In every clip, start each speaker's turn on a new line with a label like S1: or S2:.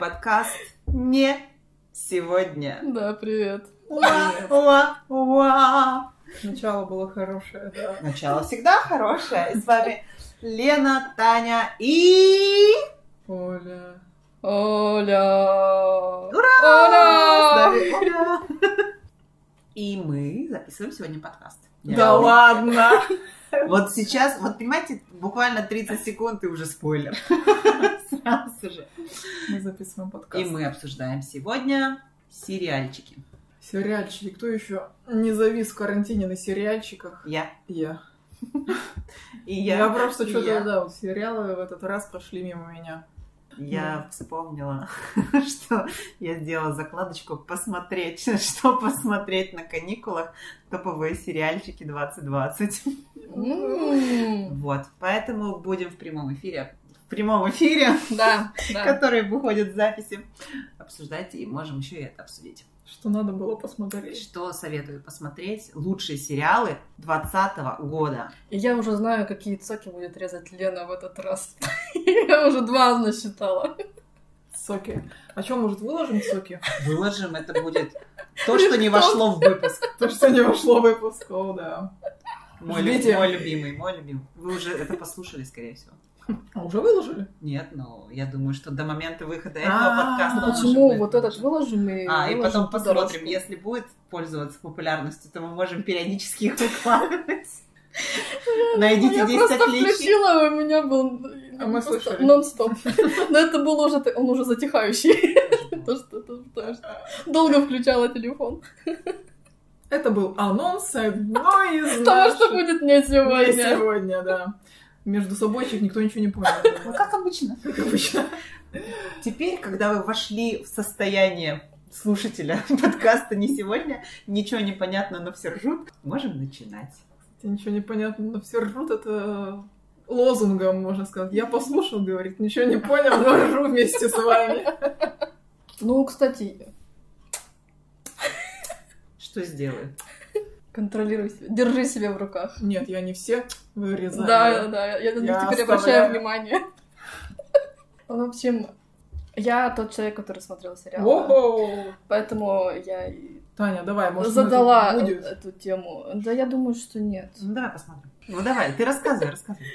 S1: подкаст не сегодня.
S2: Да, привет.
S1: Уа, уа.
S2: Начало было хорошее, да.
S1: Начало всегда хорошее. И с вами Лена, Таня и...
S2: Оля. Оля.
S1: Ура!
S2: Ура!
S1: Ура! И мы записываем сегодня подкаст.
S2: Да ладно!
S1: Вот сейчас, вот понимаете, буквально 30 секунд и уже спойлер. Сразу же.
S2: Мы записываем
S1: И
S2: подкаст.
S1: мы обсуждаем сегодня сериальчики.
S2: Сериальчики. Кто еще не завис в карантине на сериальчиках?
S1: Я.
S2: Я.
S1: И
S2: Я,
S1: я.
S2: просто
S1: и
S2: что-то,
S1: я.
S2: да, вот сериалы в этот раз прошли мимо меня.
S1: Я вспомнила, что я сделала закладочку посмотреть, что посмотреть на каникулах топовые сериальчики 2020. Вот, поэтому будем в прямом эфире, в прямом эфире,
S3: Да, да.
S1: которые выходят в записи, обсуждать и можем еще и это обсудить.
S2: Что надо было посмотреть.
S1: Что советую посмотреть? Лучшие сериалы 2020 года.
S3: И я уже знаю, какие цоки будет резать Лена в этот раз. Я уже два насчитала.
S2: Соки. А что, может, выложим соки?
S1: Выложим, это будет то, что не вошло в выпуск.
S2: То, что не вошло в выпуск, о, да.
S1: Мой, лю-
S2: Ждите.
S1: мой любимый, мой любимый. Вы уже это послушали, скорее всего.
S2: А уже выложили?
S1: Нет, но я думаю, что до момента выхода этого
S2: А,
S1: подкаста...
S2: ну
S1: он уже
S3: Типа, Почему
S1: будет
S3: вот этот
S1: выложен.
S3: выложим и
S1: А, и
S3: выложим
S1: потом посмотрим,
S3: по-дурацки?
S1: если будет пользоваться популярностью, то мы можем периодически их выкладывать. Найдите
S3: Ну,
S1: 10
S3: Я просто
S1: отличий.
S3: включила, и у меня был
S2: А мы
S3: просто
S2: слышали.
S3: нон-стоп. Но это был уже, та- он уже затихающий. То, что- то, потому что долго включала телефон.
S2: Это был анонс одной из
S3: Потому что
S2: наших-
S3: будет не
S2: Не
S3: сегодня.
S2: сегодня, да. Между собойчик никто ничего не понял.
S1: Ну, как обычно.
S2: Как обычно.
S1: Теперь, когда вы вошли в состояние слушателя подкаста «Не сегодня», ничего не понятно, но все ржут, можем начинать.
S2: Ничего не понятно, но все ржут, это лозунгом, можно сказать. Я послушал, говорит, ничего не понял, но ржу вместе с вами.
S3: Ну, кстати,
S1: Что сделаю?
S3: контролируй себя. Держи себя в руках.
S2: Нет, я не все вырезаю.
S3: Да, да, да. Я на них
S2: Я
S3: теперь
S2: оставляю.
S3: обращаю внимание. В общем, я тот человек, который смотрел сериал.
S2: Ого!
S3: Поэтому я и
S2: Таня, давай, может,
S3: задала
S2: у нас
S1: э,
S2: будет.
S3: эту тему. Да, я думаю, что нет.
S1: Ну, давай посмотрим. Ну, давай, ты рассказывай, рассказывай.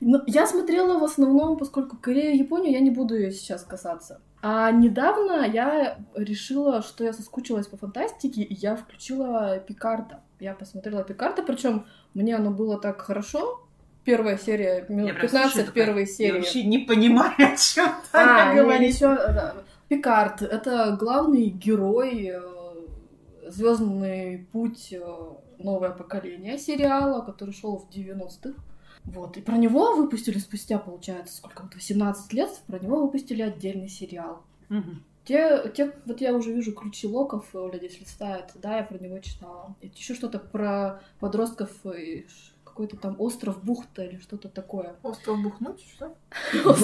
S3: Но Ну, я смотрела в основном, поскольку Корея и Японию, я не буду ее сейчас касаться. А недавно я решила, что я соскучилась по фантастике, и я включила Пикарда. Я посмотрела Пикарда, причем мне оно было так хорошо. Первая серия,
S1: Я
S3: минут
S1: прям слушаю
S3: 15
S1: такая,
S3: первой
S1: Я
S3: серии.
S1: вообще не понимаю, о чем
S3: А,
S1: Таня говорит.
S3: еще Пикард это главный герой Звездный путь э, новое поколение сериала, который шел в 90-х. Вот. И про него выпустили спустя, получается, сколько? Вот 18 лет про него выпустили отдельный сериал.
S1: Мгм.
S3: Те, те, вот я уже вижу ключи локов, э, Оля здесь листает, да, я про него читала. Еще что-то про подростков, и ш- какой-то там остров Бухта или что-то такое.
S2: Остров бухнуть, что?
S1: Да.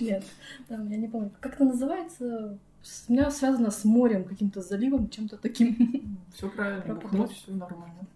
S3: Нет, там, я не помню. Как это называется? С- У меня связано с морем, каким-то заливом, чем-то таким.
S2: Все правильно,
S3: Пропадать.
S2: бухнуть, все нормально.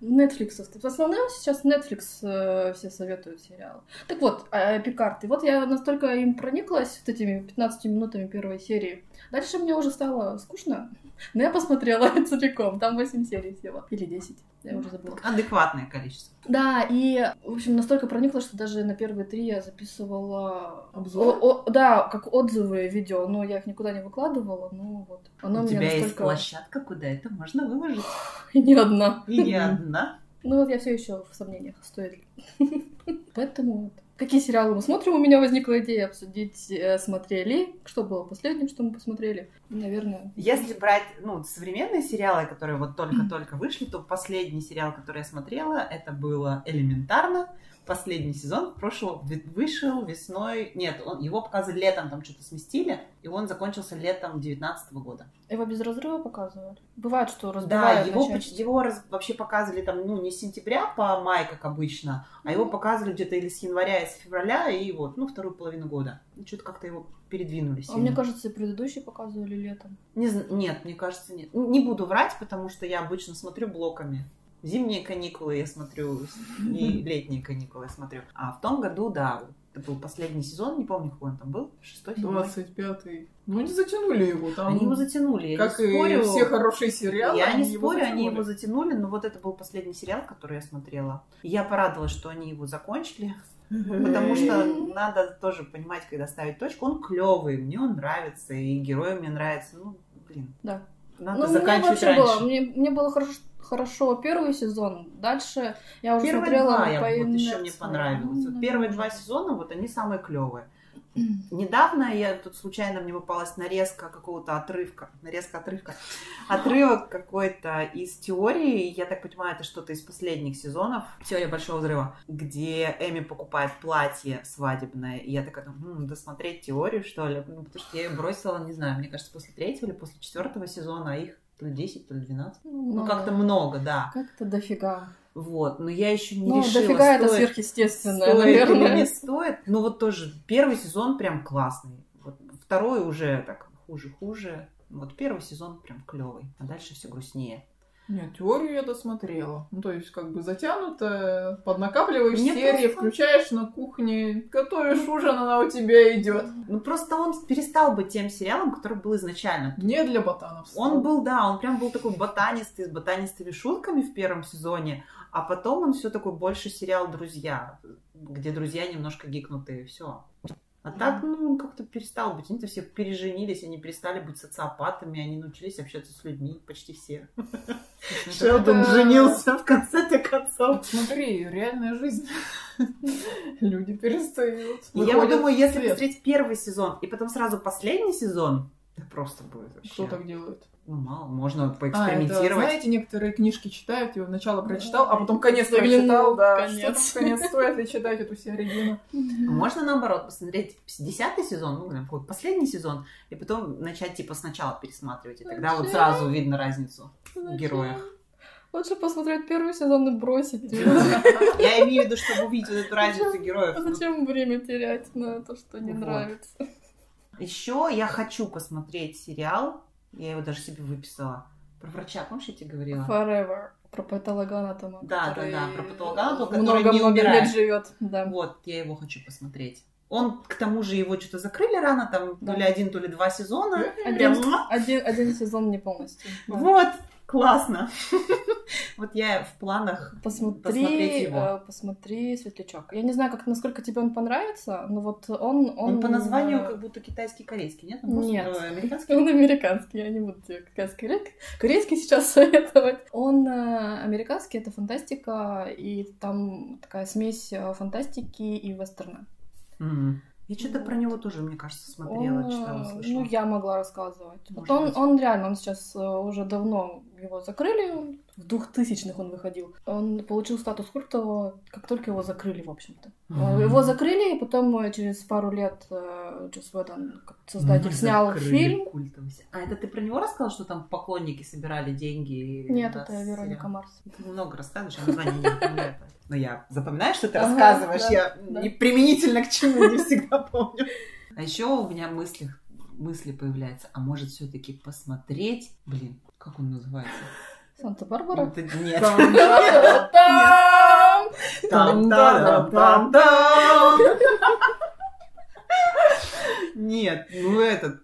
S3: Netflix. В основном сейчас Netflix э, все советуют сериалы. Так вот, э, Пикард. И вот я настолько им прониклась вот этими 15 минутами первой серии. Дальше мне уже стало скучно. Но я посмотрела целиком. Там 8 серий всего. Или 10. Я уже забыла.
S1: Адекватное количество.
S3: Да, и, в общем, настолько проникла, что даже на первые три я записывала...
S2: Обзор?
S3: О- о- да, как отзывы видео, но я их никуда не выкладывала, ну вот. Оно
S1: У
S3: меня
S1: тебя есть
S3: настолько...
S1: площадка, куда это можно выложить.
S3: Ни одна.
S1: И не одна.
S3: Ну вот я все еще в сомнениях, стоит ли. Поэтому вот. Какие сериалы мы смотрим? У меня возникла идея обсудить, э, смотрели, что было последним, что мы посмотрели. Наверное.
S1: Если брать ну, современные сериалы, которые вот только-только вышли, то последний сериал, который я смотрела, это было «Элементарно». Последний сезон прошлого ви- вышел весной... Нет, он, его показывали летом, там что-то сместили, и он закончился летом 2019 года.
S3: Его без разрыва показывали. Бывает, что
S1: Да,
S3: разбивают на
S1: его,
S3: части.
S1: поч- его раз- вообще показывали там, ну, не с сентября по май, как обычно, а его показывали где-то или с января, и с февраля, и вот, ну, вторую половину года. Что-то как-то его передвинули
S3: А
S1: сильно.
S3: мне кажется, и предыдущий показывали летом.
S1: Не зн- нет, мне кажется, нет. Н- Не буду врать, потому что я обычно смотрю блоками. Зимние каникулы я смотрю, и летние каникулы я смотрю. А в том году, да, Это был последний сезон, не помню, какой он там был, шестой, седьмой.
S2: 25-й. Ну, не затянули его там.
S1: Они его затянули. Я
S2: Как
S1: не
S2: и
S1: спорю.
S2: все хорошие сериалы.
S1: Я не
S2: они его
S1: спорю, они
S2: затянули.
S1: его затянули, но вот это был последний сериал, который я смотрела. И я порадовалась, что они его закончили, потому что надо тоже понимать, когда ставить точку. Он клевый, мне он нравится, и герой мне нравится. Ну, блин.
S3: Да.
S1: Надо
S3: Ну, мне
S1: заканчивать
S3: вообще
S1: раньше.
S3: было, мне, мне было хорошо, хорошо первый сезон. Дальше я уже
S1: Первые
S3: смотрела
S1: два
S3: по
S1: я вот еще
S3: инерции.
S1: мне понравилось.
S3: Ну,
S1: Вот первые два сезона, вот они самые клевые. Недавно я тут случайно мне попалась нарезка какого-то отрывка, нарезка отрывка, отрывок какой-то из теории, я так понимаю, это что-то из последних сезонов, теория Большого Взрыва, где Эми покупает платье свадебное, и я такая, думаю, «М, досмотреть теорию, что ли, ну, потому что я ее бросила, не знаю, мне кажется, после третьего или после четвертого сезона, а их то ли 10, то ли 12. Ну,
S3: много.
S1: как-то много, да.
S3: Как-то дофига.
S1: Вот, но я еще не
S3: ну,
S1: решила,
S3: дофига это
S1: стоит-
S3: сверхъестественное,
S1: Стоит или
S3: наверное.
S1: не стоит. Ну вот тоже первый сезон прям классный. Вот второй уже так хуже-хуже. Вот первый сезон прям клевый, а дальше все грустнее.
S2: Нет, теорию я досмотрела. Ну, то есть, как бы затянуто, поднакапливаешь
S1: Мне
S2: серии,
S1: просто-
S2: включаешь на кухне, готовишь ужин, она у тебя идет.
S1: Ну просто он перестал быть тем сериалом, который был изначально.
S2: Не для ботанов.
S1: Он был, да, он прям был такой ботанистый, с ботанистыми шутками в первом сезоне, а потом он все такой больше сериал «Друзья», где друзья немножко гикнутые, все. А так, ну, он как-то перестал быть. Они-то все переженились, они перестали быть социопатами, они научились общаться с людьми, почти все. Шелдон
S3: Это-
S1: женился в конце-то концов.
S2: Вот Смотри, реальная жизнь. Люди перестают.
S1: И я вот
S2: Выходят
S1: думаю,
S2: в
S1: если
S2: свет.
S1: посмотреть первый сезон и потом сразу последний сезон, да просто будет вообще.
S2: Кто так делает?
S1: Ну, мало, можно
S2: А, это,
S1: поэкспериментировать.
S2: знаете, некоторые книжки читают, его начало прочитал, а
S3: Да.
S2: потом конец
S3: Блин,
S2: прочитал, да.
S3: конец.
S2: Что там в конец стоит ли читать эту всю оригину?
S1: А Можно наоборот посмотреть 50-й сезон, ну, прям какой последний сезон, и потом начать типа сначала пересматривать. И тогда вот сразу видно разницу.
S3: Зачем?
S1: героях.
S3: Лучше посмотреть первый сезон и бросить. А
S1: Я имею в виду, чтобы увидеть вот эту разницу героев. Ну,
S3: Зачем время терять на то, что не
S1: Вот.
S3: нравится?
S1: Еще я хочу посмотреть сериал, я его даже себе выписала, про врача, помнишь, я тебе говорила?
S3: Forever. Про патологоанатома.
S1: Да, да,
S3: который
S1: да, про патологоанатома, который
S3: много,
S1: не
S3: много
S1: умирает.
S3: лет живет. Да.
S1: Вот, я его хочу посмотреть. Он, к тому же, его что-то закрыли рано, там, то ли один, то ли два сезона.
S3: Один,
S1: Прям, муа.
S3: один, один сезон не полностью. да.
S1: вот, классно. Вот я в планах посмотреть
S3: Посмотри,
S1: его.
S3: э, посмотри Светлячок. Я не знаю, как насколько тебе он понравится, но вот он, он,
S1: Он по названию
S3: э,
S1: как будто китайский корейский, нет? Он просто,
S3: Нет.
S1: э, американский.
S3: Он американский, я не буду тебе как раз корей- корейский сейчас советовать. Он э, американский, это фантастика, и там такая смесь э, фантастики и вестерна.
S1: М. Я что-то про него тоже, мне кажется, смотрела,
S3: Он, э,
S1: читала,
S3: ну,
S1: слышала.
S3: я могла рассказывать. Вот
S1: Может
S3: он,
S1: быть.
S3: он реально, он сейчас э, уже давно его закрыли, он- в двухтысячных он выходил. Он получил статус культового, как только его закрыли, в общем-то.
S1: Мгм.
S3: Э, Его закрыли, и потом э, через пару лет э, Джос Уэдон, как создатель,
S1: Мы
S3: снял
S1: закрыли
S3: фильм.
S1: Ну, культовый се- А это ты про него рассказала, что там поклонники собирали деньги? и
S3: Нет,
S1: на
S3: это Вероника
S1: сериал?
S3: Марс.
S1: Ты много рассказываешь, а название не помню. Но я запоминаю, что ты
S3: Ага,
S1: рассказываешь.
S3: да,
S1: Я
S3: да.
S1: не применительно к чему не всегда помню. А еще у меня мысли, мысли появляются. А может, все-таки посмотреть... Блин, как он называется?
S3: Санта-Барбара.
S1: Это- Нет.
S3: Та-дам!
S1: Там-там-там-там-там. Нет, ну этот,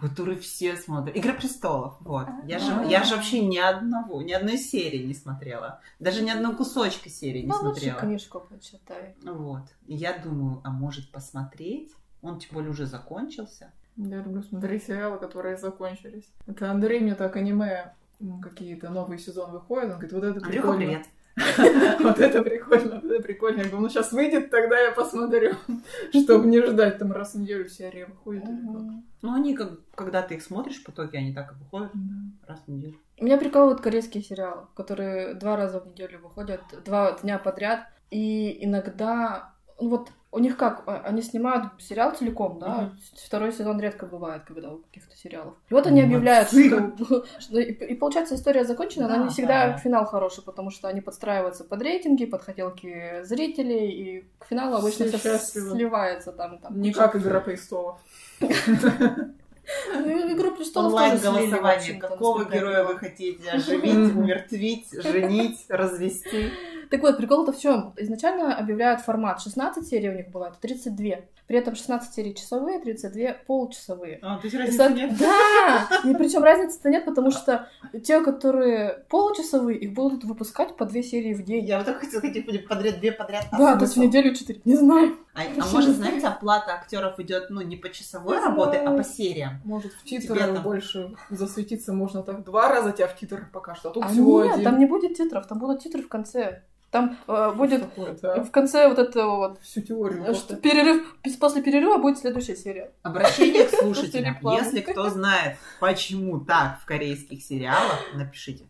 S1: который все смотрят. Игра престолов. Вот.
S3: А,
S1: Я же, я же вообще ни одного, ни одной серии не смотрела. Даже ни одного кусочка серии не
S3: Ну, лучше
S1: смотрела.
S3: книжку почитай.
S1: Вот. И Я думаю, а может посмотреть? Он тем более уже закончился.
S2: Я люблю смотреть сериалы, которые закончились. Это Андрей мне так аниме м, какие-то новые сезоны выходят, он говорит, вот это
S1: Андрюха,
S2: прикольно.
S1: привет.
S2: Вот это прикольно, вот это прикольно. Я говорю, ну сейчас выйдет, тогда я посмотрю, чтобы не ждать, там раз в неделю серия выходит или как.
S3: Мгм.
S1: Ну, они как, когда ты их смотришь потоки, они так и выходят
S2: Да.
S1: раз в неделю.
S3: Меня прикалывают корейские сериалы, которые два раза в неделю выходят, два дня подряд. И иногда... Ну вот у них как? а, Они снимают сериал целиком, да?
S1: Мгм.
S3: С- Второй сезон редко бывает, когда у каких-то сериалов. И вот они объявляют,
S1: Молодцы.
S3: что... что- И, и получается, история закончена,
S1: Да,
S3: но не всегда
S1: да.
S3: финал хороший, потому что они подстраиваются под рейтинги, под хотелки зрителей, и к финалу обычно
S2: Все
S3: все
S2: счастливы.
S3: сливается там. там
S2: Не как «Игра престолов».
S3: Ну, Игру престолов тоже слили, в
S1: Онлайн-голосование.
S3: общем-то,
S1: Какого
S3: насколько я
S1: героя вы
S3: понимаю.
S1: хотите оживить, умертвить, женить, развести?
S3: Так вот, прикол-то в чем? Изначально объявляют формат. 16 серий у них было, это 32. При этом 16 серий часовые, 32 полчасовые.
S1: А, то есть
S3: И,
S1: разницы
S3: со-
S1: нет?
S3: Да! И причем разницы-то нет, потому что те, которые получасовые, их будут выпускать по две серии в день.
S1: Я вот так хотела сказать, подряд, две подряд. а
S3: Да, то есть в
S1: смысл?
S3: неделю 4. Не знаю.
S1: А, а
S3: Вообще
S1: может,
S3: не
S1: знаете, оплата актеров идет, ну, не по часовой
S3: Не
S1: работе, а
S3: знаю.
S1: по сериям.
S2: Может, в
S1: Тебе
S2: титрах
S1: там-
S2: больше засветиться можно так. Два раза тебя в титрах покажут, а тут
S3: А
S2: всего
S3: нет,
S2: один.
S3: там не будет титров, там будут титры в конце. Там э, будет
S2: Какое-то, а?
S3: в конце вот это вот.
S2: Всю теорию.
S3: э,
S2: просто.
S3: Что перерыв, после перерыва будет следующая серия.
S1: Обращение к слушателям.
S3: Реклама.
S1: Если кто знает, почему так в корейских сериалах, напишите.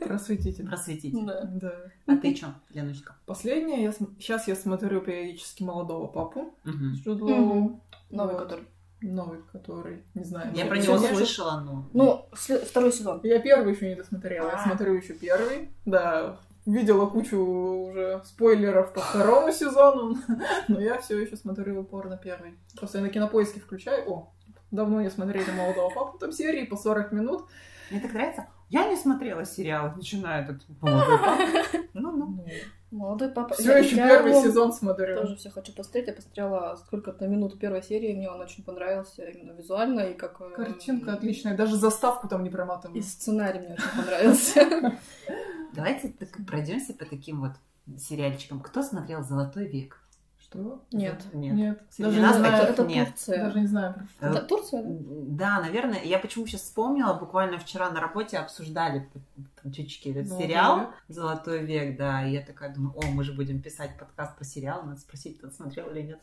S2: Просветите.
S1: Просветите.
S3: Да.
S2: Да.
S1: А ты что, Леночка?
S2: Последнее, я см- сейчас я смотрю периодически молодого папу.
S1: Мгм.
S2: Джуд Лоу.
S3: Мгм. Ну, Новый
S2: Вот.
S3: который.
S2: Новый, который, не знаю.
S1: Я
S2: мне
S1: про
S2: всё
S1: него
S2: не-
S1: слышала, но...
S3: Ну, сле- второй сезон.
S2: Я первый еще не досмотрела, я
S1: А.
S2: смотрю еще первый. Да, видела кучу уже спойлеров по второму сезону, но я все еще смотрю упорно первый. Просто я на кинопоиске включаю. О, давно не смотрели молодого папу. Там серии по 40 минут.
S1: Мне так нравится. Я не смотрела сериал, начинаю этот молодой папа. Ну, Ну-ну.
S3: Молодой папа.
S2: все еще
S3: Ну, я
S2: Ну, первый
S3: его
S2: сезон смотрю.
S3: Тоже все хочу посмотреть. Я посмотрела сколько-то минут первой серии, мне он очень понравился именно визуально и как... э,
S2: Картинка отличная, даже заставку там не проматываю.
S3: И сценарий мне очень понравился.
S1: Давайте так пройдемся по таким вот сериальчикам. Кто смотрел «Золотой век»?
S2: Что?
S3: Нет.
S1: Нет.
S2: Нет.
S1: Среди
S2: Даже
S1: нас
S2: не знаю.
S1: таких
S3: Это
S1: нет.
S3: Турция.
S2: Даже не знаю. про что.
S3: Это Турция? да?
S1: Да, наверное. Я почему сейчас вспомнила, буквально вчера на работе обсуждали там чуточки этот
S2: Золотой
S1: сериал
S2: век.
S1: «Золотой век», да, и я такая думаю, о, мы же будем писать подкаст про сериал, надо спросить, кто смотрел или нет.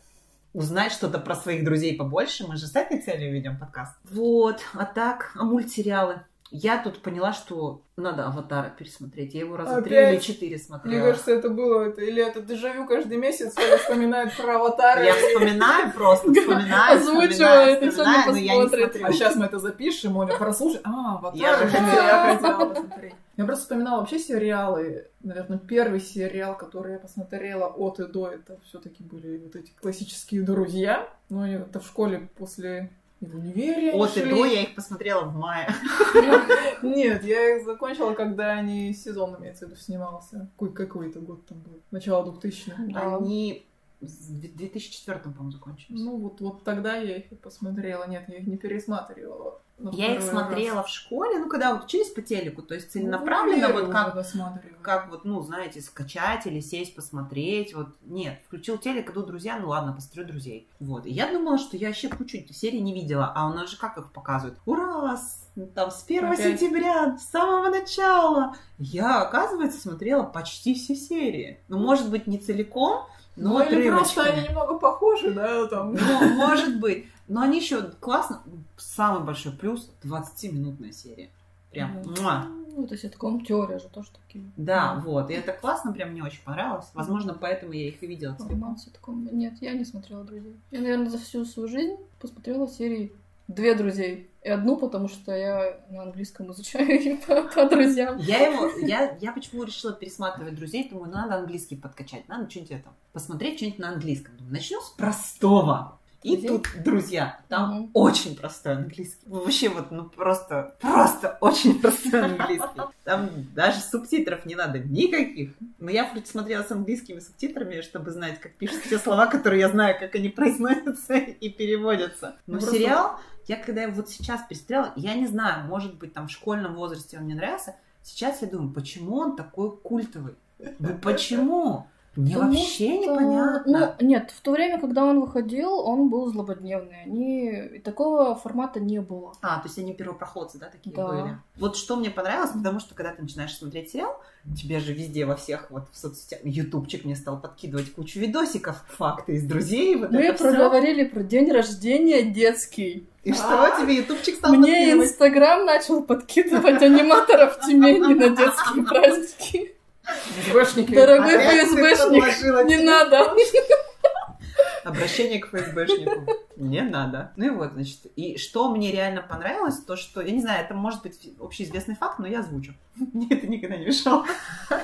S1: Узнать что-то про своих друзей побольше, мы же с этой целью ведем подкаст. Вот, а так, а мультсериалы? Я тут поняла, что надо «Аватара» пересмотреть. Я его раза три или
S2: Опять?
S1: четыре
S2: Мне
S1: смотрела.
S2: кажется, это было это, или это дежавю каждый месяц, он вспоминает про аватары.
S1: Я вспоминаю просто, вспоминаю,
S3: Озвучивает,
S1: вспоминаю,
S3: и
S1: вспоминаю,
S3: всё
S1: но
S3: не
S1: я не
S3: посмотрит.
S1: смотрю.
S2: А сейчас мы это запишем, Оля, прослушай. А, аватар.
S1: Я же
S2: да,
S1: хотела.
S2: я хотела посмотреть. Я просто вспоминала вообще сериалы. Наверное, первый сериал, который я посмотрела от и до, это все таки были вот эти классические «Друзья». Ну, они как-то в школе после и в универе
S1: От и
S2: шли.
S1: до я их посмотрела в мае.
S2: Нет, я их закончила, когда они сезон, имеется в виду, снимался. Какой- Какой-то год там был. Начало 2000-х.
S3: Да.
S1: Они в 2004, по-моему, закончились.
S2: Ну, вот, вот тогда я их и посмотрела. Нет, я их не пересматривала. на
S1: Я
S2: второй
S1: их
S2: раз.
S1: смотрела в школе, ну, когда вот учились по телеку, то есть
S2: Ну,
S1: целенаправленно,
S2: в
S1: вот
S2: универе
S1: как,
S2: досматривала.
S1: как вот, ну, знаете, скачать или сесть, посмотреть, вот, нет, включил телек, иду друзья, ну, ладно, посмотрю друзей, вот, и я думала, что я вообще кучу серий не видела, а у нас же как их показывают, ура, с- там, с 1
S2: Опять.
S1: сентября, с самого начала, я, оказывается, смотрела почти все серии, ну, может быть, не целиком, но
S2: Ну, или просто
S1: отрывочками.
S2: они немного похожи, да, там.
S1: Ну, может быть. Но они еще классно. Самый большой плюс 20-минутная серия. Прям. муа.
S3: Ну, это ситком, теория же тоже такие.
S1: Да, вот. И это классно, прям мне очень понравилось. Возможно, поэтому я их и видела.
S3: Роман ситком. Нет, я не смотрела друзей. Я, наверное, за всю свою жизнь посмотрела серии две друзей. И одну, потому что я на английском изучаю и по, по друзьям.
S1: Я его, я, я почему решила пересматривать друзей, думаю, ну, надо английский подкачать, надо что-нибудь это, посмотреть что-нибудь на английском. Думаю, начнем с простого. И
S3: Друзей?
S1: тут, друзья, там
S3: Мгм.
S1: очень простой английский. Ну, Вообще вот, ну просто, просто очень простой английский. Там даже субтитров не надо никаких. Но я вроде смотрела с английскими субтитрами, чтобы знать, как пишут те слова, которые я знаю, как они произносятся и переводятся. Но
S2: Ну, просто-
S1: сериал, я когда его вот сейчас пересмотрела, я не знаю, может быть, там в школьном возрасте он мне нравился. Сейчас я думаю, почему он такой культовый? Ну почему? Мне
S3: Потому
S1: вообще
S3: что-
S1: непонятно.
S3: Ну, нет, в то время, когда он выходил, он был злободневный. Они... и Такого формата не было.
S1: А, то есть они первопроходцы, да, такие
S3: Да.
S1: были? Вот что мне понравилось, потому что когда ты начинаешь смотреть сериал, тебе же везде во всех вот в соцсетях, ютубчик мне стал подкидывать кучу видосиков, факты из друзей, вот
S3: Мы
S1: это всё.
S3: проговорили про день рождения детский.
S1: И что тебе ютубчик стал
S3: А? Мне
S1: подкидывать?
S3: Инстаграм начал подкидывать аниматоров Тюмени на детские праздники.
S2: ФСБшники.
S3: Дорогой
S1: Опять ты подложила
S3: ФСБшник, не
S1: тебе.
S3: надо.
S1: Обращение к ФСБшнику. Не надо. Ну и вот, значит. И что мне реально понравилось, то что, я не знаю, это может быть общеизвестный факт, но я озвучу. Мне это никогда не мешало.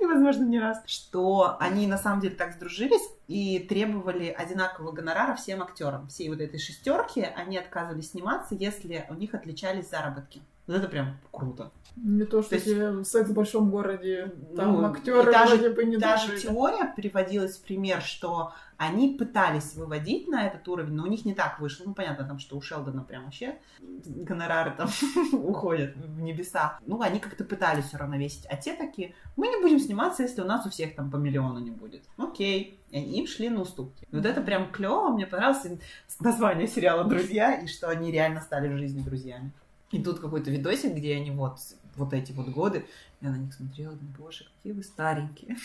S1: И, возможно, не раз. Что они на самом деле так сдружились и требовали одинакового гонорара всем актерам. Всей вот этой шестерки они отказывались сниматься, если у них отличались заработки. Вот это прям круто.
S2: Не то, что
S1: То есть-
S2: тебе секс в большом городе, там
S1: Ну,
S2: актеры
S1: и та же-
S2: вроде бы не
S1: Та же
S2: душили.
S1: теория приводилась в пример, что они пытались выводить на этот уровень, но у них не так вышло. Ну, понятно, там, что у Шелдона прям вообще гонорары там уходят в небеса. Ну, они как-то пытались уравновесить. А те такие, мы не будем сниматься, если у нас у всех там по миллиону не будет. Окей. И они им шли на уступки. Вот это прям клево. Мне понравилось и название сериала «Друзья» и что они реально стали в жизни друзьями. И тут какой-то видосик, где они вот, вот эти вот годы. Я на них смотрела, думаю, боже, какие вы старенькие.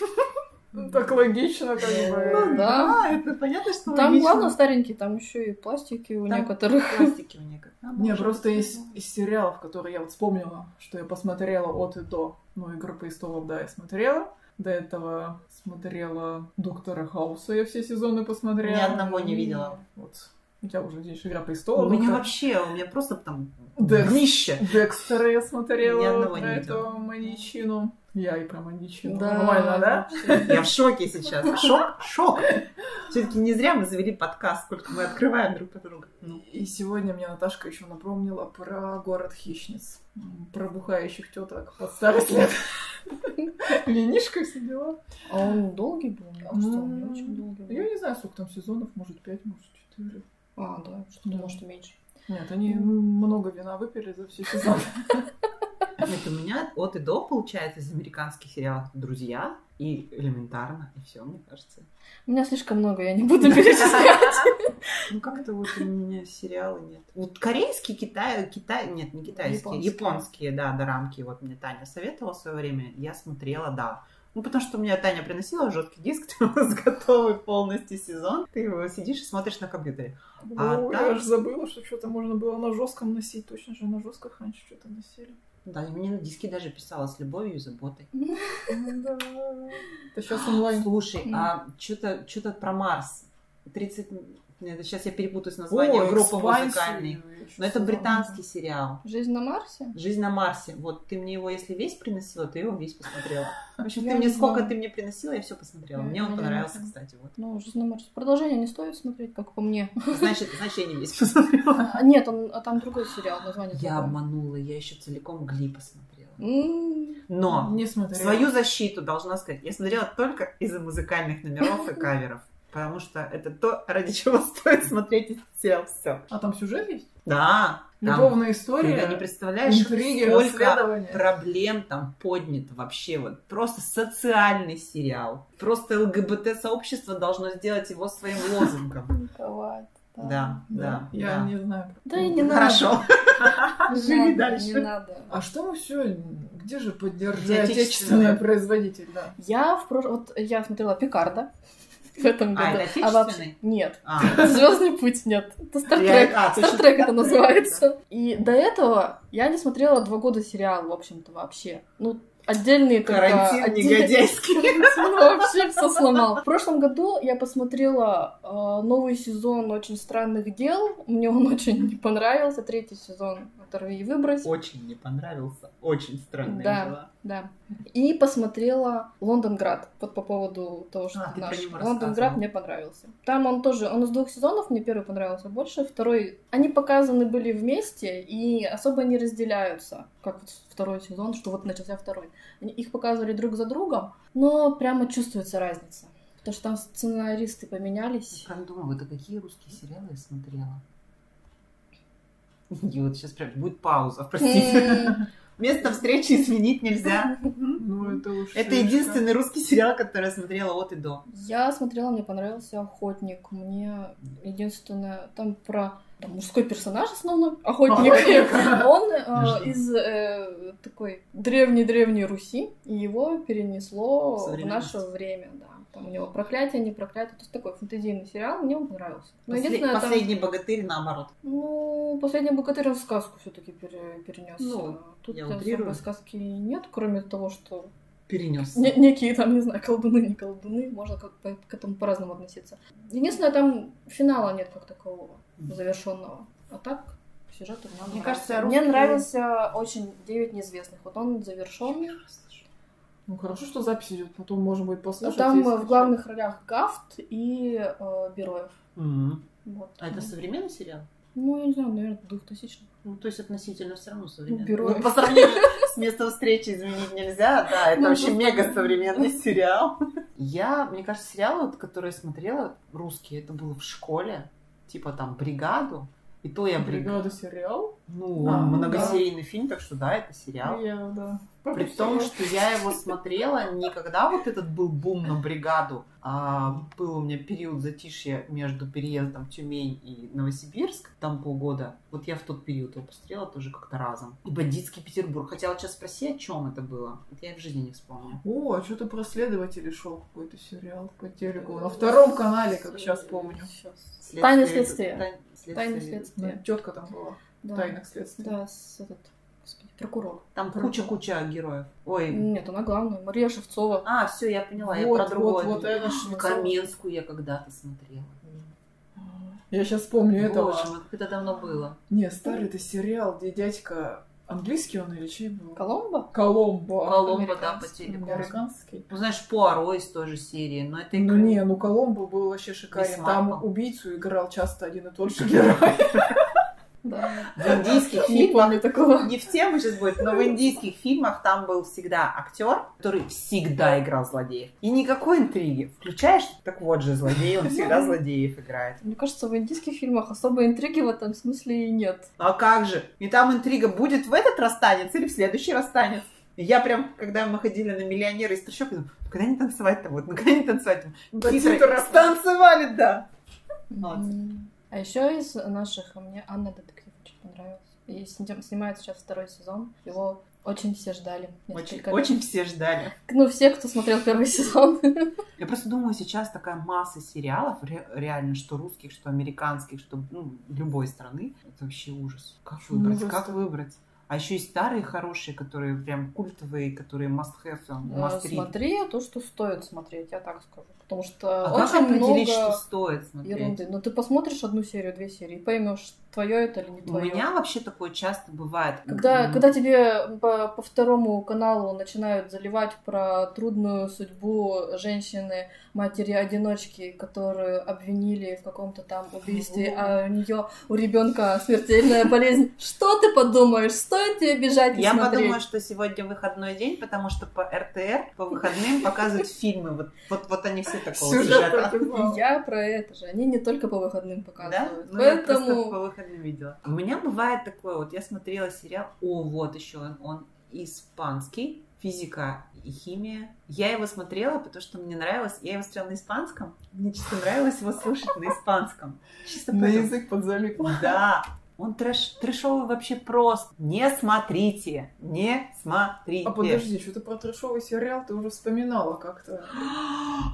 S2: Ну, Так логично, как
S3: Ну
S2: бы.
S3: да.
S1: это понятно, что
S3: Там,
S1: логично.
S3: ладно, старенькие, там еще и пластики у
S1: Там
S3: некоторых.
S1: пластики у некоторых. А,
S2: Не,
S1: может,
S2: просто
S1: это
S2: из,
S1: не
S2: из сериалов, которые я вот вспомнила, что я посмотрела от и до. Ну, «Игры престолов», да, я смотрела. До этого смотрела «Доктора Хауса», я все сезоны посмотрела.
S1: Ни одного не видела.
S2: Вот. У тебя уже здесь «Игра
S1: знаю. У
S2: престолов».
S1: меня
S2: «Доктор
S1: вообще, у меня просто там
S2: Да.
S1: днище.
S2: Декстера я смотрела
S1: Ни одного
S2: про
S1: не
S2: эту маньячину. Я и про маньячину.
S3: Да.
S2: Нормально, да?
S1: Я в шоке сейчас. Шок, шок. Все-таки не зря мы завели подкаст, сколько мы открываем друг по другу. Ну,
S2: И сегодня мне Наташка еще напомнила про город хищниц. М, Про бухающих теток под старость лет. Ленишка все дела.
S3: А он долгий был, мне кажется, он не
S2: М.
S3: очень долгий
S2: Я
S1: М-м.
S3: был.
S2: не знаю, сколько там сезонов, может, пять, может, четыре.
S3: А, да, что-то,
S2: Да.
S3: может, меньше.
S2: Нет, они много вина выпили за все сезоны.
S1: вот у меня от и до, получается, из американских сериалов «Друзья» и элементарно, и все, мне кажется.
S3: У меня слишком много, я не буду перечислять.
S1: Ну, как-то вот у меня сериалы нет. Вот корейские, китай, китай, нет, не китайские,
S3: Японские.
S1: японские, да, дорамки. Вот мне Таня советовала в свое время, я смотрела, да. Ну, потому что мне Таня приносила жесткий диск, там у нас готовый полностью сезон. Ты его сидишь и смотришь на компьютере. А
S2: О, Я
S1: так-
S2: аж забыла, что что-то можно было на жестком носить. Точно же на жестках раньше что-то носили.
S1: Да, и мне на диске даже писала с любовью и заботой. Ну,
S2: Да. Это сейчас онлайн.
S1: Слушай,
S3: Мгм.
S1: а что-то что-то про Марс. 30... Нет, сейчас я перепутаю с названием
S2: Ой,
S1: группы
S2: Expanse
S1: музыкальной.
S2: и ещё
S1: Но это
S2: сезон.
S1: британский сериал.
S3: Жизнь на Марсе?
S1: Жизнь на Марсе. Вот ты мне его, если весь приносила, ты его весь посмотрела. В общем,
S3: Я
S1: ты
S3: не
S1: мне сколько
S3: знаю.
S1: ты мне приносила, я все посмотрела.
S3: Я
S1: Мне он
S3: не
S1: понравился,
S3: знаю.
S1: кстати. Вот.
S3: Ну, жизнь на Марсе. Продолжение не стоит смотреть, как по мне.
S1: Значит, значит, я не весь посмотрела.
S3: А, Нет, он, а там другой сериал, название
S1: Я
S3: другое.
S1: обманула, я еще целиком Гли посмотрела.
S3: М,
S1: Но
S2: Не
S1: в
S2: смотрела.
S1: свою защиту должна сказать, я смотрела только из-за музыкальных номеров и каверов. Потому что это то, ради чего стоит смотреть этот сериал. Все.
S2: А там сюжет есть?
S1: Да. Там,
S2: Любовная
S1: ты
S2: история?
S1: не представляешь,
S2: Интриги,
S1: сколько
S2: расследования?
S1: проблем там поднят вообще вот просто социальный сериал просто ЛГБТ сообщество должно сделать его своим лозунгом
S3: бывает,
S1: да да
S2: Я
S1: да. Ну,
S2: не знаю.
S3: Да и не надо.
S1: хорошо
S3: Не
S1: Живи
S3: надо,
S1: дальше.
S3: Не надо.
S2: А что мы все? Где же
S1: Где
S2: поддержать
S1: отечественное?
S2: отечественное производитель? Да.
S3: Я в прошлом... Вот я смотрела Пикарда в этом году.
S1: А, это
S3: вообще...
S1: отечественный?
S3: Нет.
S1: А,
S3: Звездный путь, нет. Это Стартрек.
S1: Я- а, точно,
S3: Стартрек это
S1: Стартрек,
S3: называется. И до этого я не смотрела два года сериал, в общем-то, вообще. Ну, отдельные только...
S1: карантин
S3: отдельные-
S1: негодяйский
S3: Карантин вообще все сломал. В прошлом году я посмотрела э, новый сезон «Очень странных дел». Мне он очень не понравился. Третий сезон «Оторви и выбрось».
S1: очень не понравился очень странные
S3: Да.
S1: дела
S3: Да. И посмотрела Лондонград. Вот по поводу того, что
S1: А, ты
S3: наш
S1: про него
S3: Лондонград
S1: рассказывала.
S3: мне понравился. Там он тоже, он из двух сезонов, мне первый понравился больше, второй... Они показаны были вместе и особо не разделяются, как вот второй сезон, что вот начался второй. Они- Их показывали друг за другом, но прямо чувствуется разница. Потому что там сценаристы поменялись.
S1: прям думаю это какие русские сериалы я смотрела и вот сейчас прям будет пауза простите
S3: М,
S1: место встречи изменить нельзя
S2: Ну, это уж
S1: это
S2: слишком.
S1: единственный русский сериал который я смотрела от и до
S3: Я смотрела, мне понравился охотник. Мне единственное, там про там мужской персонаж основной, охотник.
S2: Охотник.
S3: Он
S1: Подожди.
S3: э, из э, такой древней-древней Руси, и его перенесло
S1: В
S3: в
S1: современность.
S3: наше время, да. Там у него проклятие, не проклятие. То есть такой фэнтезийный сериал, мне он понравился. Но
S1: Послед-
S3: единственное, Ну, там,
S1: последний богатырь наоборот
S3: ну, последний богатырь он в сказку все-таки перенес.
S1: Ну,
S3: Тут
S1: я
S3: особо
S1: утрирую.
S3: сказки нет, кроме того, что
S1: перенес.
S3: не- некие там, не знаю, колдуны, не колдуны, можно как по- к этому по-разному относиться. Единственное, там финала нет как такового завершенного. А так сюжет у меня
S1: Мне
S3: нравится.
S1: кажется,
S3: Мне
S1: русский-
S3: нравился очень девять неизвестных. Вот он завершенный.
S2: Ну, хорошо, что запись идет. Потом можно будет
S3: Ну,
S2: послушать.
S3: там
S2: если
S3: э, в главных ролях Гафт и э, Бероев.
S1: Мгм.
S3: Вот.
S1: А это современный сериал?
S3: Ну, я не знаю, наверное, двухтысячных.
S1: Ну, то есть относительно все равно современно.
S3: Бюро.
S1: Ну, по сравнению с местом встречи изменить нельзя, да, это
S3: Ну,
S1: вообще
S3: ну,
S1: мега современный сериал. Я, мне кажется, сериалы, вот, которые я смотрела, русские, это было в школе, типа там «Бригаду», и то я бригаду.
S2: Бригада сериал?
S1: Ну,
S2: А,
S1: он многосерийный фильм, так что да, это сериал.
S2: Я, да.
S1: При том, что я его смотрела не когда вот этот был бум на бригаду, а был у меня период затишья между переездом в Тюмень и Новосибирск, там полгода. Вот я в тот период его посмотрела тоже как-то разом. И бандитский Петербург. Хотела сейчас спроси, о чем это было. Вот я и в жизни не вспомню.
S2: О, а что-то про следователей шел какой-то сериал по телеку.
S1: Э,
S2: На втором канале, как сейчас помню.
S3: Сейчас. Тайны
S1: ведут.
S3: следствия.
S1: Тайн- следствие
S3: Тайны
S1: ведут.
S3: следствия.
S2: Тетка там была.
S3: Да.
S2: Тайных следствий.
S3: Да, с этот, господи, прокурор.
S1: Там куча-куча героев. Ой.
S3: Нет, она главная. Мария Шевцова.
S1: А, все, я поняла. я
S2: Вот,
S1: про
S2: вот,
S1: другое.
S2: вот, Эва Швецова.
S1: Каменскую я когда-то смотрела.
S2: Я сейчас помню этого.
S1: Боже мой, как это давно было.
S2: Не, старый это сериал, где дядька английский он или чей был?
S3: Коломбо?
S2: Коломбо.
S1: Коломбо, да, по
S3: американский,
S1: телеку.
S2: Американский.
S1: Ну, знаешь, Пуаро из той же серии, но это...
S2: Ну не, ну Коломбо был вообще шикарен.
S1: Весьма.
S2: Там убийцу играл часто один и тот же герой.
S3: Да.
S1: В индийских
S3: Не
S1: фильмах...
S3: помню такого.
S1: Не в тему сейчас будет, но в индийских фильмах там был всегда актер, который всегда играл злодеев. И никакой интриги. Включаешь, так вот же злодей, он всегда злодеев играет.
S3: Мне кажется, в индийских фильмах особой интриги в этом смысле и нет.
S1: А как же? И там интрига будет в этот расстанец или в следующий расстанец. И Я прям, когда мы ходили на миллионера из трущоб, я думаю, когда они танцевать-то вот, ну когда они танцевать?
S2: Да,
S1: Хитро-
S2: титр-
S1: Станцевали, да. Молодцы.
S3: М. А еще из наших а мне Анна Детектив очень понравилась. И с ним снимает сейчас второй сезон. Его очень все ждали.
S1: Очень,
S3: Несколько лет.
S1: очень все ждали.
S3: Ну, все, кто смотрел первый сезон.
S1: Я просто думаю, сейчас такая масса сериалов, ре- реально, что русских, что американских, что ну, любой страны. Это вообще ужас. Как выбрать?
S2: Ужас.
S1: Как выбрать? А еще и старые хорошие, которые прям культовые, которые must have, там,
S3: Э,
S1: must read.
S3: Смотри то, что стоит смотреть, я так скажу. Потому что
S1: А как
S3: очень
S1: определить,
S3: много
S1: что стоит смотреть?
S3: ерунды. Но ты посмотришь одну серию, две серии, и поймешь, твое это или не
S1: У
S3: твое.
S1: меня вообще такое часто бывает.
S3: Когда,
S1: М,
S3: когда тебе по, по второму каналу начинают заливать про трудную судьбу женщины, матери-одиночки, которую обвинили в каком-то там убийстве, а у нее у ребенка смертельная болезнь. Что ты подумаешь? Стоит тебе бежать и
S1: Я
S3: смотреть?
S1: подумаю, что сегодня выходной день, потому что по РТР по выходным показывают фильмы. Вот, вот, вот они все такого
S2: Сюжет
S1: сюжета.
S2: против
S3: И
S2: главы.
S3: Я про это же. Они не только по выходным
S1: Да?
S3: показывают.
S1: Ну, я просто по
S3: Поэтому
S1: выходным видела. У меня бывает такое, вот я смотрела сериал, о, вот еще он, он испанский, физика и химия. Я его смотрела, потому что мне нравилось, я его смотрела на испанском, мне чисто нравилось его слушать на испанском. Чисто
S2: На
S1: поэтому.
S2: язык подзалип.
S1: Да, он трэш, трэшовый вообще просто. Не смотрите, не смотрите.
S2: А подожди, что-то про трешовый сериал ты уже вспоминала как-то.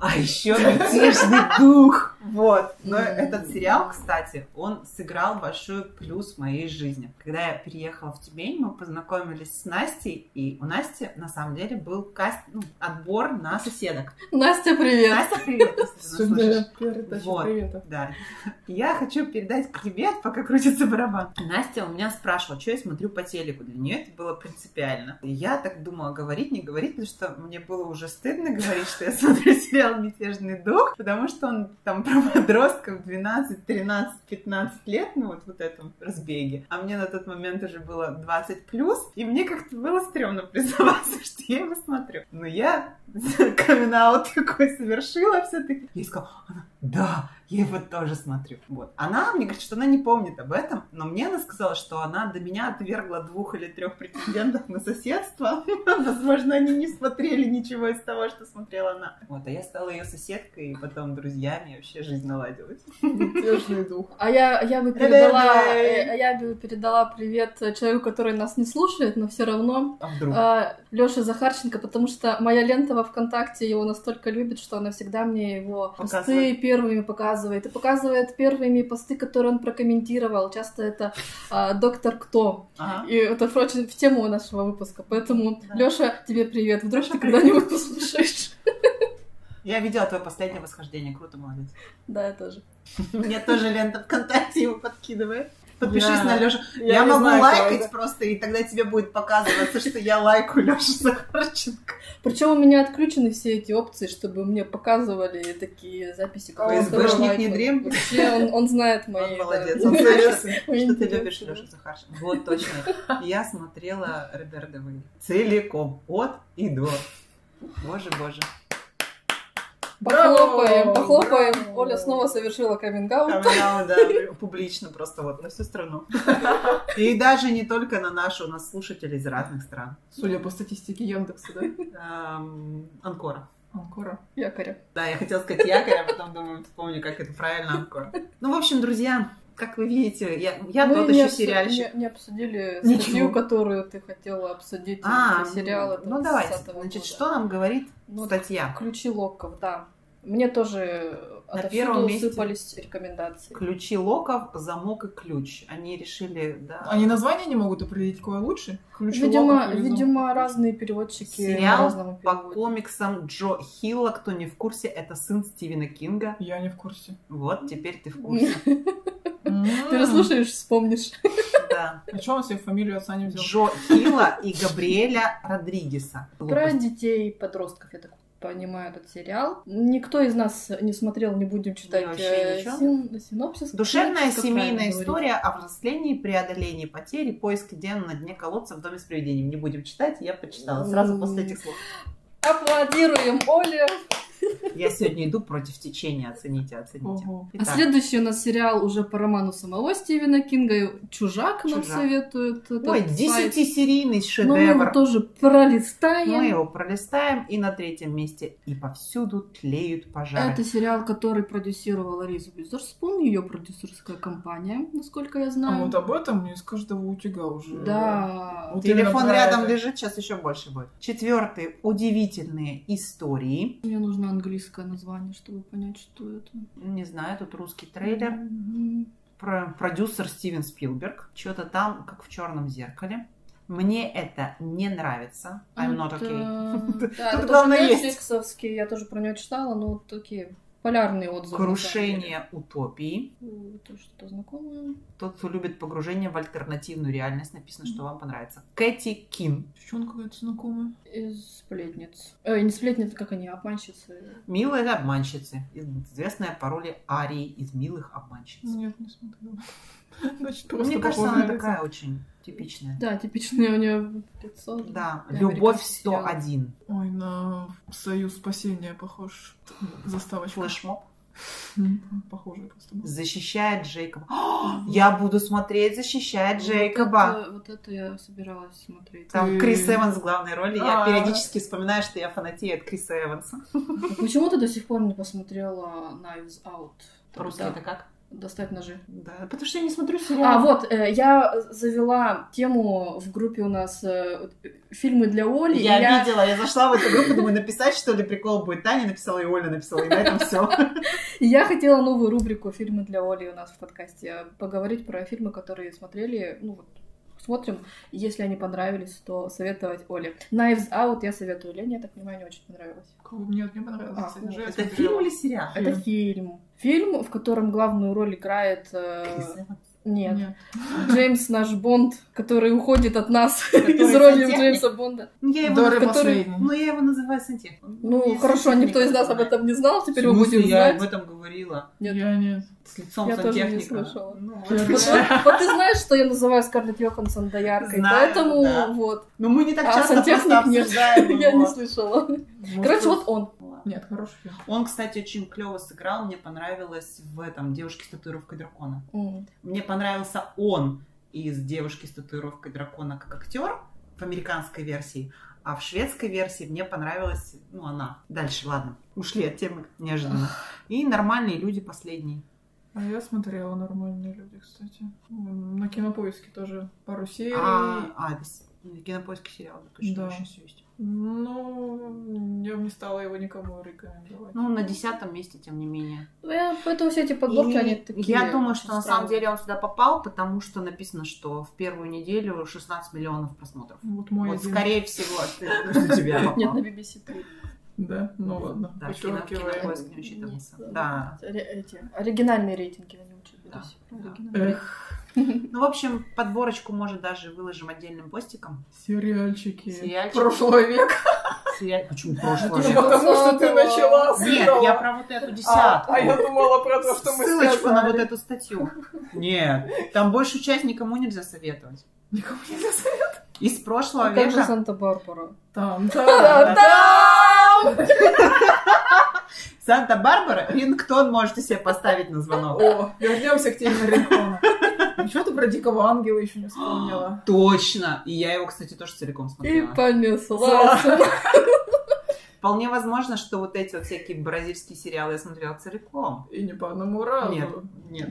S1: А еще мятежный дух. Вот. Но этот сериал, кстати, он сыграл большой плюс в моей жизни. Когда я переехала в Тюмень, мы познакомились с Настей, и у Насти на самом деле был каст... ну, отбор на соседок.
S3: Настя, привет!
S1: Настя, привет, если ты нас слышишь.
S2: Сегодня передача
S1: Вот.
S2: привета.
S1: Да. Я хочу передать привет, пока крутится барабан. Настя у меня спрашивала, что я смотрю по телеку. Для нее это было принципиально. И я так думала, говорить, не говорить, потому что мне было уже стыдно говорить, что я смотрю сериал «Мятежный дух», потому что он там про подростков 12, 13, 15 лет, ну вот, вот этом разбеге. А мне на тот момент уже было 20 плюс, и мне как-то было стрёмно признаваться, что я его смотрю. Но я камин-аут такой совершила все таки Я ей сказала, она, да, я его тоже смотрю. Вот. Она мне говорит, что она не помнит об этом, но мне она сказала, что она до меня отвергла двух или трех претендентов на соседство. Возможно, они не смотрели ничего из того, что смотрела она. Вот, а я стала ее соседкой, и потом друзьями, и вообще жизнь наладилась.
S2: Мятежный дух.
S3: А я, я бы передала, э, я бы передала привет человеку, который нас не слушает, но все равно
S1: А вдруг?
S3: Лёше Захарченко, потому что моя лента во ВКонтакте его настолько любит, что она всегда мне его посты
S1: Показывает.
S3: первыми показывает. И показывает первыми посты, которые он прокомментировал. Часто это а, доктор кто.
S1: Ага.
S3: И это впрочем в тему нашего выпуска. Поэтому,
S1: Да.
S3: Лёша, тебе привет. Вдруг
S1: Лёша,
S3: ты
S1: привет.
S3: когда-нибудь послушаешь.
S1: Я видела твое последнее восхождение, круто, молодец.
S3: Да, я тоже.
S1: Мне тоже лента ВКонтакте его подкидывает. Подпишись
S2: Я-
S1: на Лёшу.
S2: я
S1: Я,
S2: не
S1: могу
S2: знаю, кто
S1: лайкать
S2: это.
S1: просто, и тогда тебе будет показываться, что я лайкаю Лёшу Захарченко.
S3: Причем у меня отключены все эти опции, чтобы мне показывали такие записи. кого
S2: Ой,
S3: я
S2: СБшник
S3: лайкаю.
S1: А, не дремлет.
S3: Вообще, он, он знает мои...
S1: Он
S3: да,
S1: молодец. Он
S3: интересы.
S1: знает, что-
S3: Мои
S1: что ты
S3: интересы,
S1: любишь
S3: да.
S1: Лёшу Захарченко. Вот точно. Я смотрела Роберта Вилли целиком, от и до. Боже, боже.
S2: Браво!
S3: Похлопаем, похлопаем.
S2: Браво!
S3: Оля снова совершила каминг
S1: Камин-аут, да, публично просто вот на всю страну. И даже не только на нашу, у нас слушатели из разных стран.
S2: Судя по статистике Яндекса, да?
S1: Эм, Анкора.
S2: Анкора.
S3: якоря.
S1: Да, я хотела сказать якорь, а потом думаю, вспомню, как это правильно анкора. Ну, в общем, друзья, как вы видите, я, я
S3: Мы
S1: тот
S3: не
S1: еще
S3: обсу-
S1: сериальщик.
S3: Не, не обсудили
S1: Ничего.
S3: статью, которую ты хотела обсудить.
S1: А,
S3: эти сериалы. там
S1: ну давайте.
S3: 30-го
S1: Значит,
S3: года.
S1: что нам говорит
S3: Ну,
S1: статья?
S3: Ключи Локков, да. Мне тоже
S1: На
S3: отовсюду
S1: первом месте.
S3: сыпались рекомендации.
S1: Ключи локов, замок и ключ. Они решили, да.
S2: Они название не могут определить, какое лучше? Ключ
S3: Видимо,
S2: локов или замок?
S3: видимо, разные переводчики
S1: Сериал
S3: по-разному
S1: По
S3: переводят.
S1: комиксам Джо Хилла, кто не в курсе, это сын Стивена Кинга.
S2: Я не в курсе.
S1: Вот, теперь ты в курсе. А.
S3: Переслушаешь, вспомнишь.
S1: Да.
S2: А что он себе фамилию отца не взял?
S1: Джо Хилла и Габриэля Родригеса.
S3: Про
S1: Глупость.
S3: детей и подростков, я так понимаю, этот сериал. Никто из нас не смотрел, не будем читать
S1: вообще
S3: э,
S1: ничего.
S3: син- синопсис.
S1: Душевная
S3: Как правильно
S1: семейная
S3: говорить?
S1: история о взрослении, преодолении потери, поиске Дианы на дне колодца в доме с привидением. Не будем читать, я почитала сразу после этих слов.
S3: Аплодируем, Оля!
S1: Я сегодня иду против течения, оцените, оцените.
S2: Ого.
S3: А
S1: Итак,
S3: следующий у нас сериал уже по роману самого Стивена Кинга. «Чужак» нам
S1: «Чужак».
S3: советуют. этот
S1: Ой,
S3: сайт.
S1: десятисерийный
S3: Но мы его
S1: шедевр.
S3: тоже пролистаем.
S1: Мы Ну его пролистаем, и на третьем месте и повсюду тлеют пожары.
S3: Это сериал, который продюсировала Риза Уизерспун, ее продюсерская компания, насколько я
S2: А
S1: Ну.
S3: знаю.
S2: вот об этом из каждого утюга уже.
S3: Да.
S2: Вот именно
S1: Телефон
S2: про
S1: рядом
S2: это.
S1: лежит, сейчас еще больше будет. Четвертый. Удивительные истории.
S3: Мне нужно английское название, чтобы понять, что это.
S1: Не знаю, тут русский трейлер.
S3: Мгм.
S1: Про продюсер Стивен Спилберг. Что-то там, как в черном зеркале. Мне это не нравится.
S3: А
S1: I'm not
S3: Это-
S1: okay.
S3: э, Да,
S1: Тут
S3: это тоже
S1: главное есть.
S3: Netflix-овский, я тоже про него читала, но вот такие полярные отзывы. на самом деле.
S1: Крушение утопии.
S3: Э, Это что-то знакомое.
S1: Тот, кто любит погружение в альтернативную реальность, написано, что вам понравится. Кэти Кин.
S2: Девчонка какая-то знакомая.
S3: Из сплетниц. Э, не сплетниц, как они, обманщицы.
S1: Милые обманщицы. Известная по роли Арии из «Милых обманщиц».
S2: Нет, не смотрела. Значит, просто
S1: Мне кажется,
S2: похожа
S1: она
S2: на лицо.
S1: такая очень типичная.
S3: Да, типичное у нее лицо.
S1: Да,
S3: Для
S1: «Любовь
S3: американских
S1: 101».
S3: сериалов.
S2: Ой, на Союз спасения похож. Заставочка.
S1: Флешмоб.
S2: М, Похожая просто. была.
S1: Защищает Джейкоба. О, я буду смотреть «Защищает Джейкоба».
S3: Вот это, вот это я собиралась смотреть.
S1: Там
S2: Ты-
S1: Крис Эванс в главной роли. Я
S2: А.
S1: периодически вспоминаю, что я фанатею от Криса Эванса.
S3: А Почему ты до сих пор не посмотрела Knives Out?
S1: Русский
S3: Да,
S1: это как?
S3: достать ножи.
S1: Да, потому что я не смотрю
S3: А,
S1: сериалы.
S3: вот, э, я завела тему в группе у нас э, вот, э, фильмы для Оли. и
S1: я, видела, я зашла в эту группу, думаю, написать, что ли, прикол будет. Таня написала, и Оля написала, и на этом все.
S3: и я хотела новую рубрику «Фильмы для Оли» у нас в подкасте. э, Поговорить про фильмы, которые смотрели, ну вот, смотрим. и Если они понравились, то советовать Оле. Knives Out я советую Лене, я так понимаю, не очень понравилось.
S2: Кого мне вот не понравилось.
S3: А,
S2: кстати,
S3: ну,
S2: же я
S1: Это
S2: смотрела.
S1: фильм или сериал?
S3: Это фильм. Фильм, в котором главную роль играет... э,
S1: Крис Эванс.
S3: Нет.
S2: Нет.
S3: Джеймс наш Бонд, который уходит от нас
S1: Который
S3: из роли
S1: сантехник.
S3: Джеймса Бонда.
S1: Ну, Я его,
S2: Доры
S1: наз-
S3: который-
S2: последний.
S1: ну, я его называю сантехником.
S3: Ну,
S1: Я
S3: хорошо,
S1: сантехник.
S3: никто из нас об этом не знал,
S1: В
S3: теперь мы
S1: смысле,
S3: будем
S1: я
S3: знать.
S1: об этом говорила.
S3: Нет.
S2: Я нет.
S1: С лицом
S3: Я тоже не
S1: сантехника.
S3: слышала.
S1: Ну,
S2: Я
S3: Вот,
S1: вот.
S2: тоже.
S3: вот- вот ты знаешь, что я называю Скарлетт Йоханссон дояркой,
S1: Знаю,
S3: поэтому
S1: да.
S3: вот
S1: Но Ну, мы не так
S3: А
S1: часто просто
S3: сантехник нет.
S1: обсуждаем
S3: я не
S1: его.
S3: слышала.
S2: Может,
S3: Короче,
S2: просто-
S3: вот он.
S2: Нет, хороший фильм.
S1: Он, кстати, очень клево сыграл. Мне понравилось в этом «Девушке с татуировкой дракона».
S3: М.
S1: Мне понравился он из «Девушки с татуировкой дракона» как актер в американской версии, а в шведской версии мне понравилась, ну, она. Дальше, ладно. Ушли от темы неожиданно. И «Нормальные люди» последний.
S2: А я смотрела «Нормальные люди», кстати. М, На кинопоиске тоже пару серий.
S1: А, а, это с- кинопоиске сериал, да, точно,
S2: Да.
S1: сейчас есть.
S2: Ну, я бы не стала его никому рекомендовать.
S1: Ну, на десятом месте, тем не менее.
S3: Э, Поэтому все эти подборки,
S1: И
S3: они такие...
S1: Я думаю, что
S3: очень
S1: на самом
S3: странные.
S1: деле он сюда попал, потому что написано, что в первую неделю 16 миллионов просмотров.
S2: Вот мой
S1: Вот,
S2: один.
S1: скорее всего, ты- у тебя
S3: Нет, на
S1: попал.
S3: BBC три.
S2: Да, ну ладно.
S1: Да,
S2: Почеркиваем.
S1: кино- кинопоиск не учитывается. Да.
S3: Ре- эти, оригинальные рейтинги они учат.
S1: Да.
S3: BBC.
S1: Да.
S3: Оригинальные.
S2: Эх,
S1: Ну, в общем, подборочку, может, даже выложим отдельным постиком.
S2: Сериальчики.
S1: Сериальчики.
S2: Прошлого века.
S1: Сериаль... Почему
S2: Ну,
S1: прошлое?
S3: же
S1: Нет,
S2: Потому что ты
S3: Двадцатого.
S2: начала с этого.
S1: я про вот эту
S2: А,
S1: десятку.
S2: а я думала про то, что мы
S1: Ссылочку на вот
S2: сказали.
S1: эту статью. Нет, там больше часть никому нельзя советовать.
S2: Никому нельзя сказать.
S1: Из прошлого
S3: А как же
S1: века.
S3: Санта-Барбара?
S2: Там,
S1: Ну, Да.
S2: да.
S1: Санта-Барбара, рингтон можете себе поставить на звонок.
S2: О, вернемся к теме Ринкона. Ничего ты про Дикого Ангела еще не вспомнила.
S1: Точно! И я его, кстати, тоже целиком
S3: И
S1: смотрела.
S3: понеслась.
S1: Вполне возможно, что вот эти вот всякие бразильские сериалы я смотрела целиком.
S2: И не по одному разу.
S1: Нет, нет,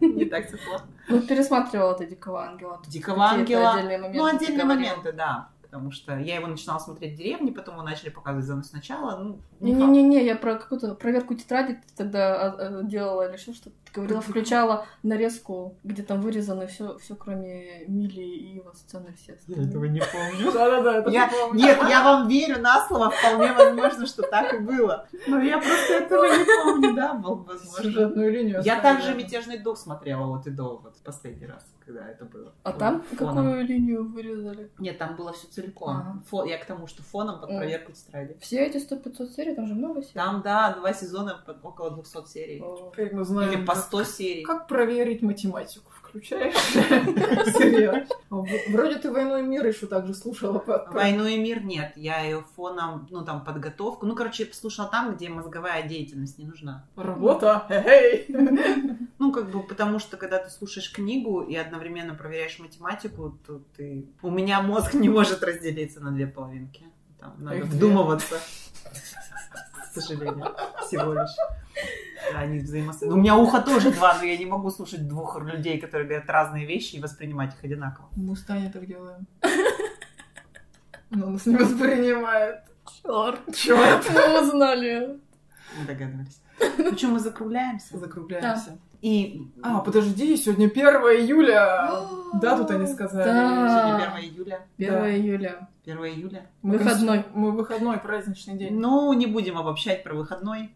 S2: Нет.
S1: не так все плохо.
S3: Ну, пересматривала ты Дикого Ангела. Тут
S1: Дикого
S3: какие-то
S1: ангела.
S3: отдельные моменты. типа,
S1: Ну,
S3: ты
S1: отдельные
S3: говорила.
S1: моменты, да. Потому что я его начинала смотреть в деревне, потом его начали показывать заново сначала. Ну, не факт.
S3: Не-не-не, я про какую-то проверку тетради ты тогда а, а, делала или что, что ты говорила, включала нарезку, где там вырезано все, все кроме Мили и его сцены все. остальные.
S1: не помню.
S2: Да-да-да, это типа,
S1: Я-
S2: ты помнишь.
S1: Нет, я вам верю на слово, вполне возможно, что так и было. Но Ну, я просто этого не помню, да, был возможно.
S2: Сюжетную линию.
S1: Я
S2: оставила.
S1: также «Мятежный дух» смотрела вот и до вот последний раз, когда это было.
S3: А
S1: Фон-
S3: там
S1: фоном.
S3: какую линию вырезали?
S1: Нет, там было все целиком.
S3: Ага.
S1: Фо- Я к тому, что фоном под
S3: Мгм.
S1: проверку тетради.
S3: Все эти 100-500 серий, там же много серий.
S1: Там, да, два сезона, под около 200 серий.
S3: О.
S2: Теперь мы
S1: Или
S2: знаем,
S1: по
S2: Э, как-
S1: 100 серий.
S2: Как проверить математику? Включаешь сериал. В- Вроде ты «Войну и мир» еще также слушала. по- по-
S1: «Войну и мир» нет. Я ее фоном, ну там подготовку. Ну, короче, послушала там, где мозговая деятельность не нужна.
S2: Работа. Эй!
S1: Ну, как бы, потому что, когда ты слушаешь книгу и одновременно проверяешь математику, то ты... У меня мозг не может разделиться на две половинки. Там надо
S2: Эх,
S1: вдумываться. К сожалению, всего лишь. Да, они взаимосвязаны. У меня ухо тоже два, но я не могу слушать двух людей, которые говорят разные вещи и воспринимать их одинаково.
S2: Мы с Таней так делаем. Но нас не воспринимает.
S3: Чёрт.
S2: Чёрт.
S3: Мы узнали.
S1: Мы догадывались. Причем мы закругляемся.
S2: Закругляемся.
S1: И... э,
S2: А, подожди, сегодня 1 июля.
S3: Да,
S2: Дату-то не сказали.
S3: Да.
S1: Сегодня 1 июля.
S3: 1
S2: Да.
S3: июля.
S1: 1 июля.
S2: Мы конс-
S3: Выходной.
S2: Мы выходной, праздничный день.
S1: Ну, не будем обобщать про выходной.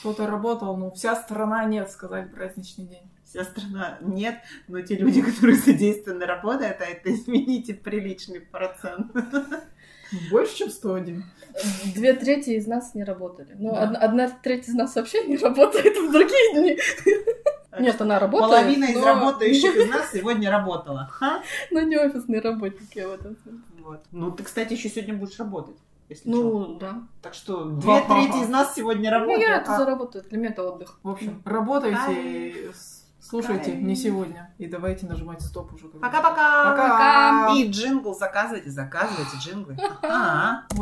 S2: Кто-то работал, но вся страна нет, сказали праздничный день.
S1: Вся страна нет, но те люди, которые содейственно работают, а это, извините, приличный процент.
S2: Больше, чем 101.
S3: Две трети из нас не работали. Ну,
S2: Да.
S3: одна, одна треть из нас вообще не работает в другие дни.
S1: Так
S3: Нет, она работает.
S1: Половина из
S3: но-
S1: работающих из нас сегодня работала. Ха?
S3: Но не офисные работники в этом смысле.
S1: Вот. Ну, ты, кстати, еще сегодня будешь работать. Если чё.
S3: Ну, да.
S1: Так что две трети из нас сегодня
S3: Ну, я
S1: работают.
S3: это заработаю. Для меня это отдых.
S2: В общем, работайте, и с- слушайте,
S1: Кайф.
S2: не сегодня. И давайте нажимать стоп уже. как бы.
S1: А, Пока-пока!
S2: Пока!
S1: И джингл заказывайте, заказывайте джинглы. Ага.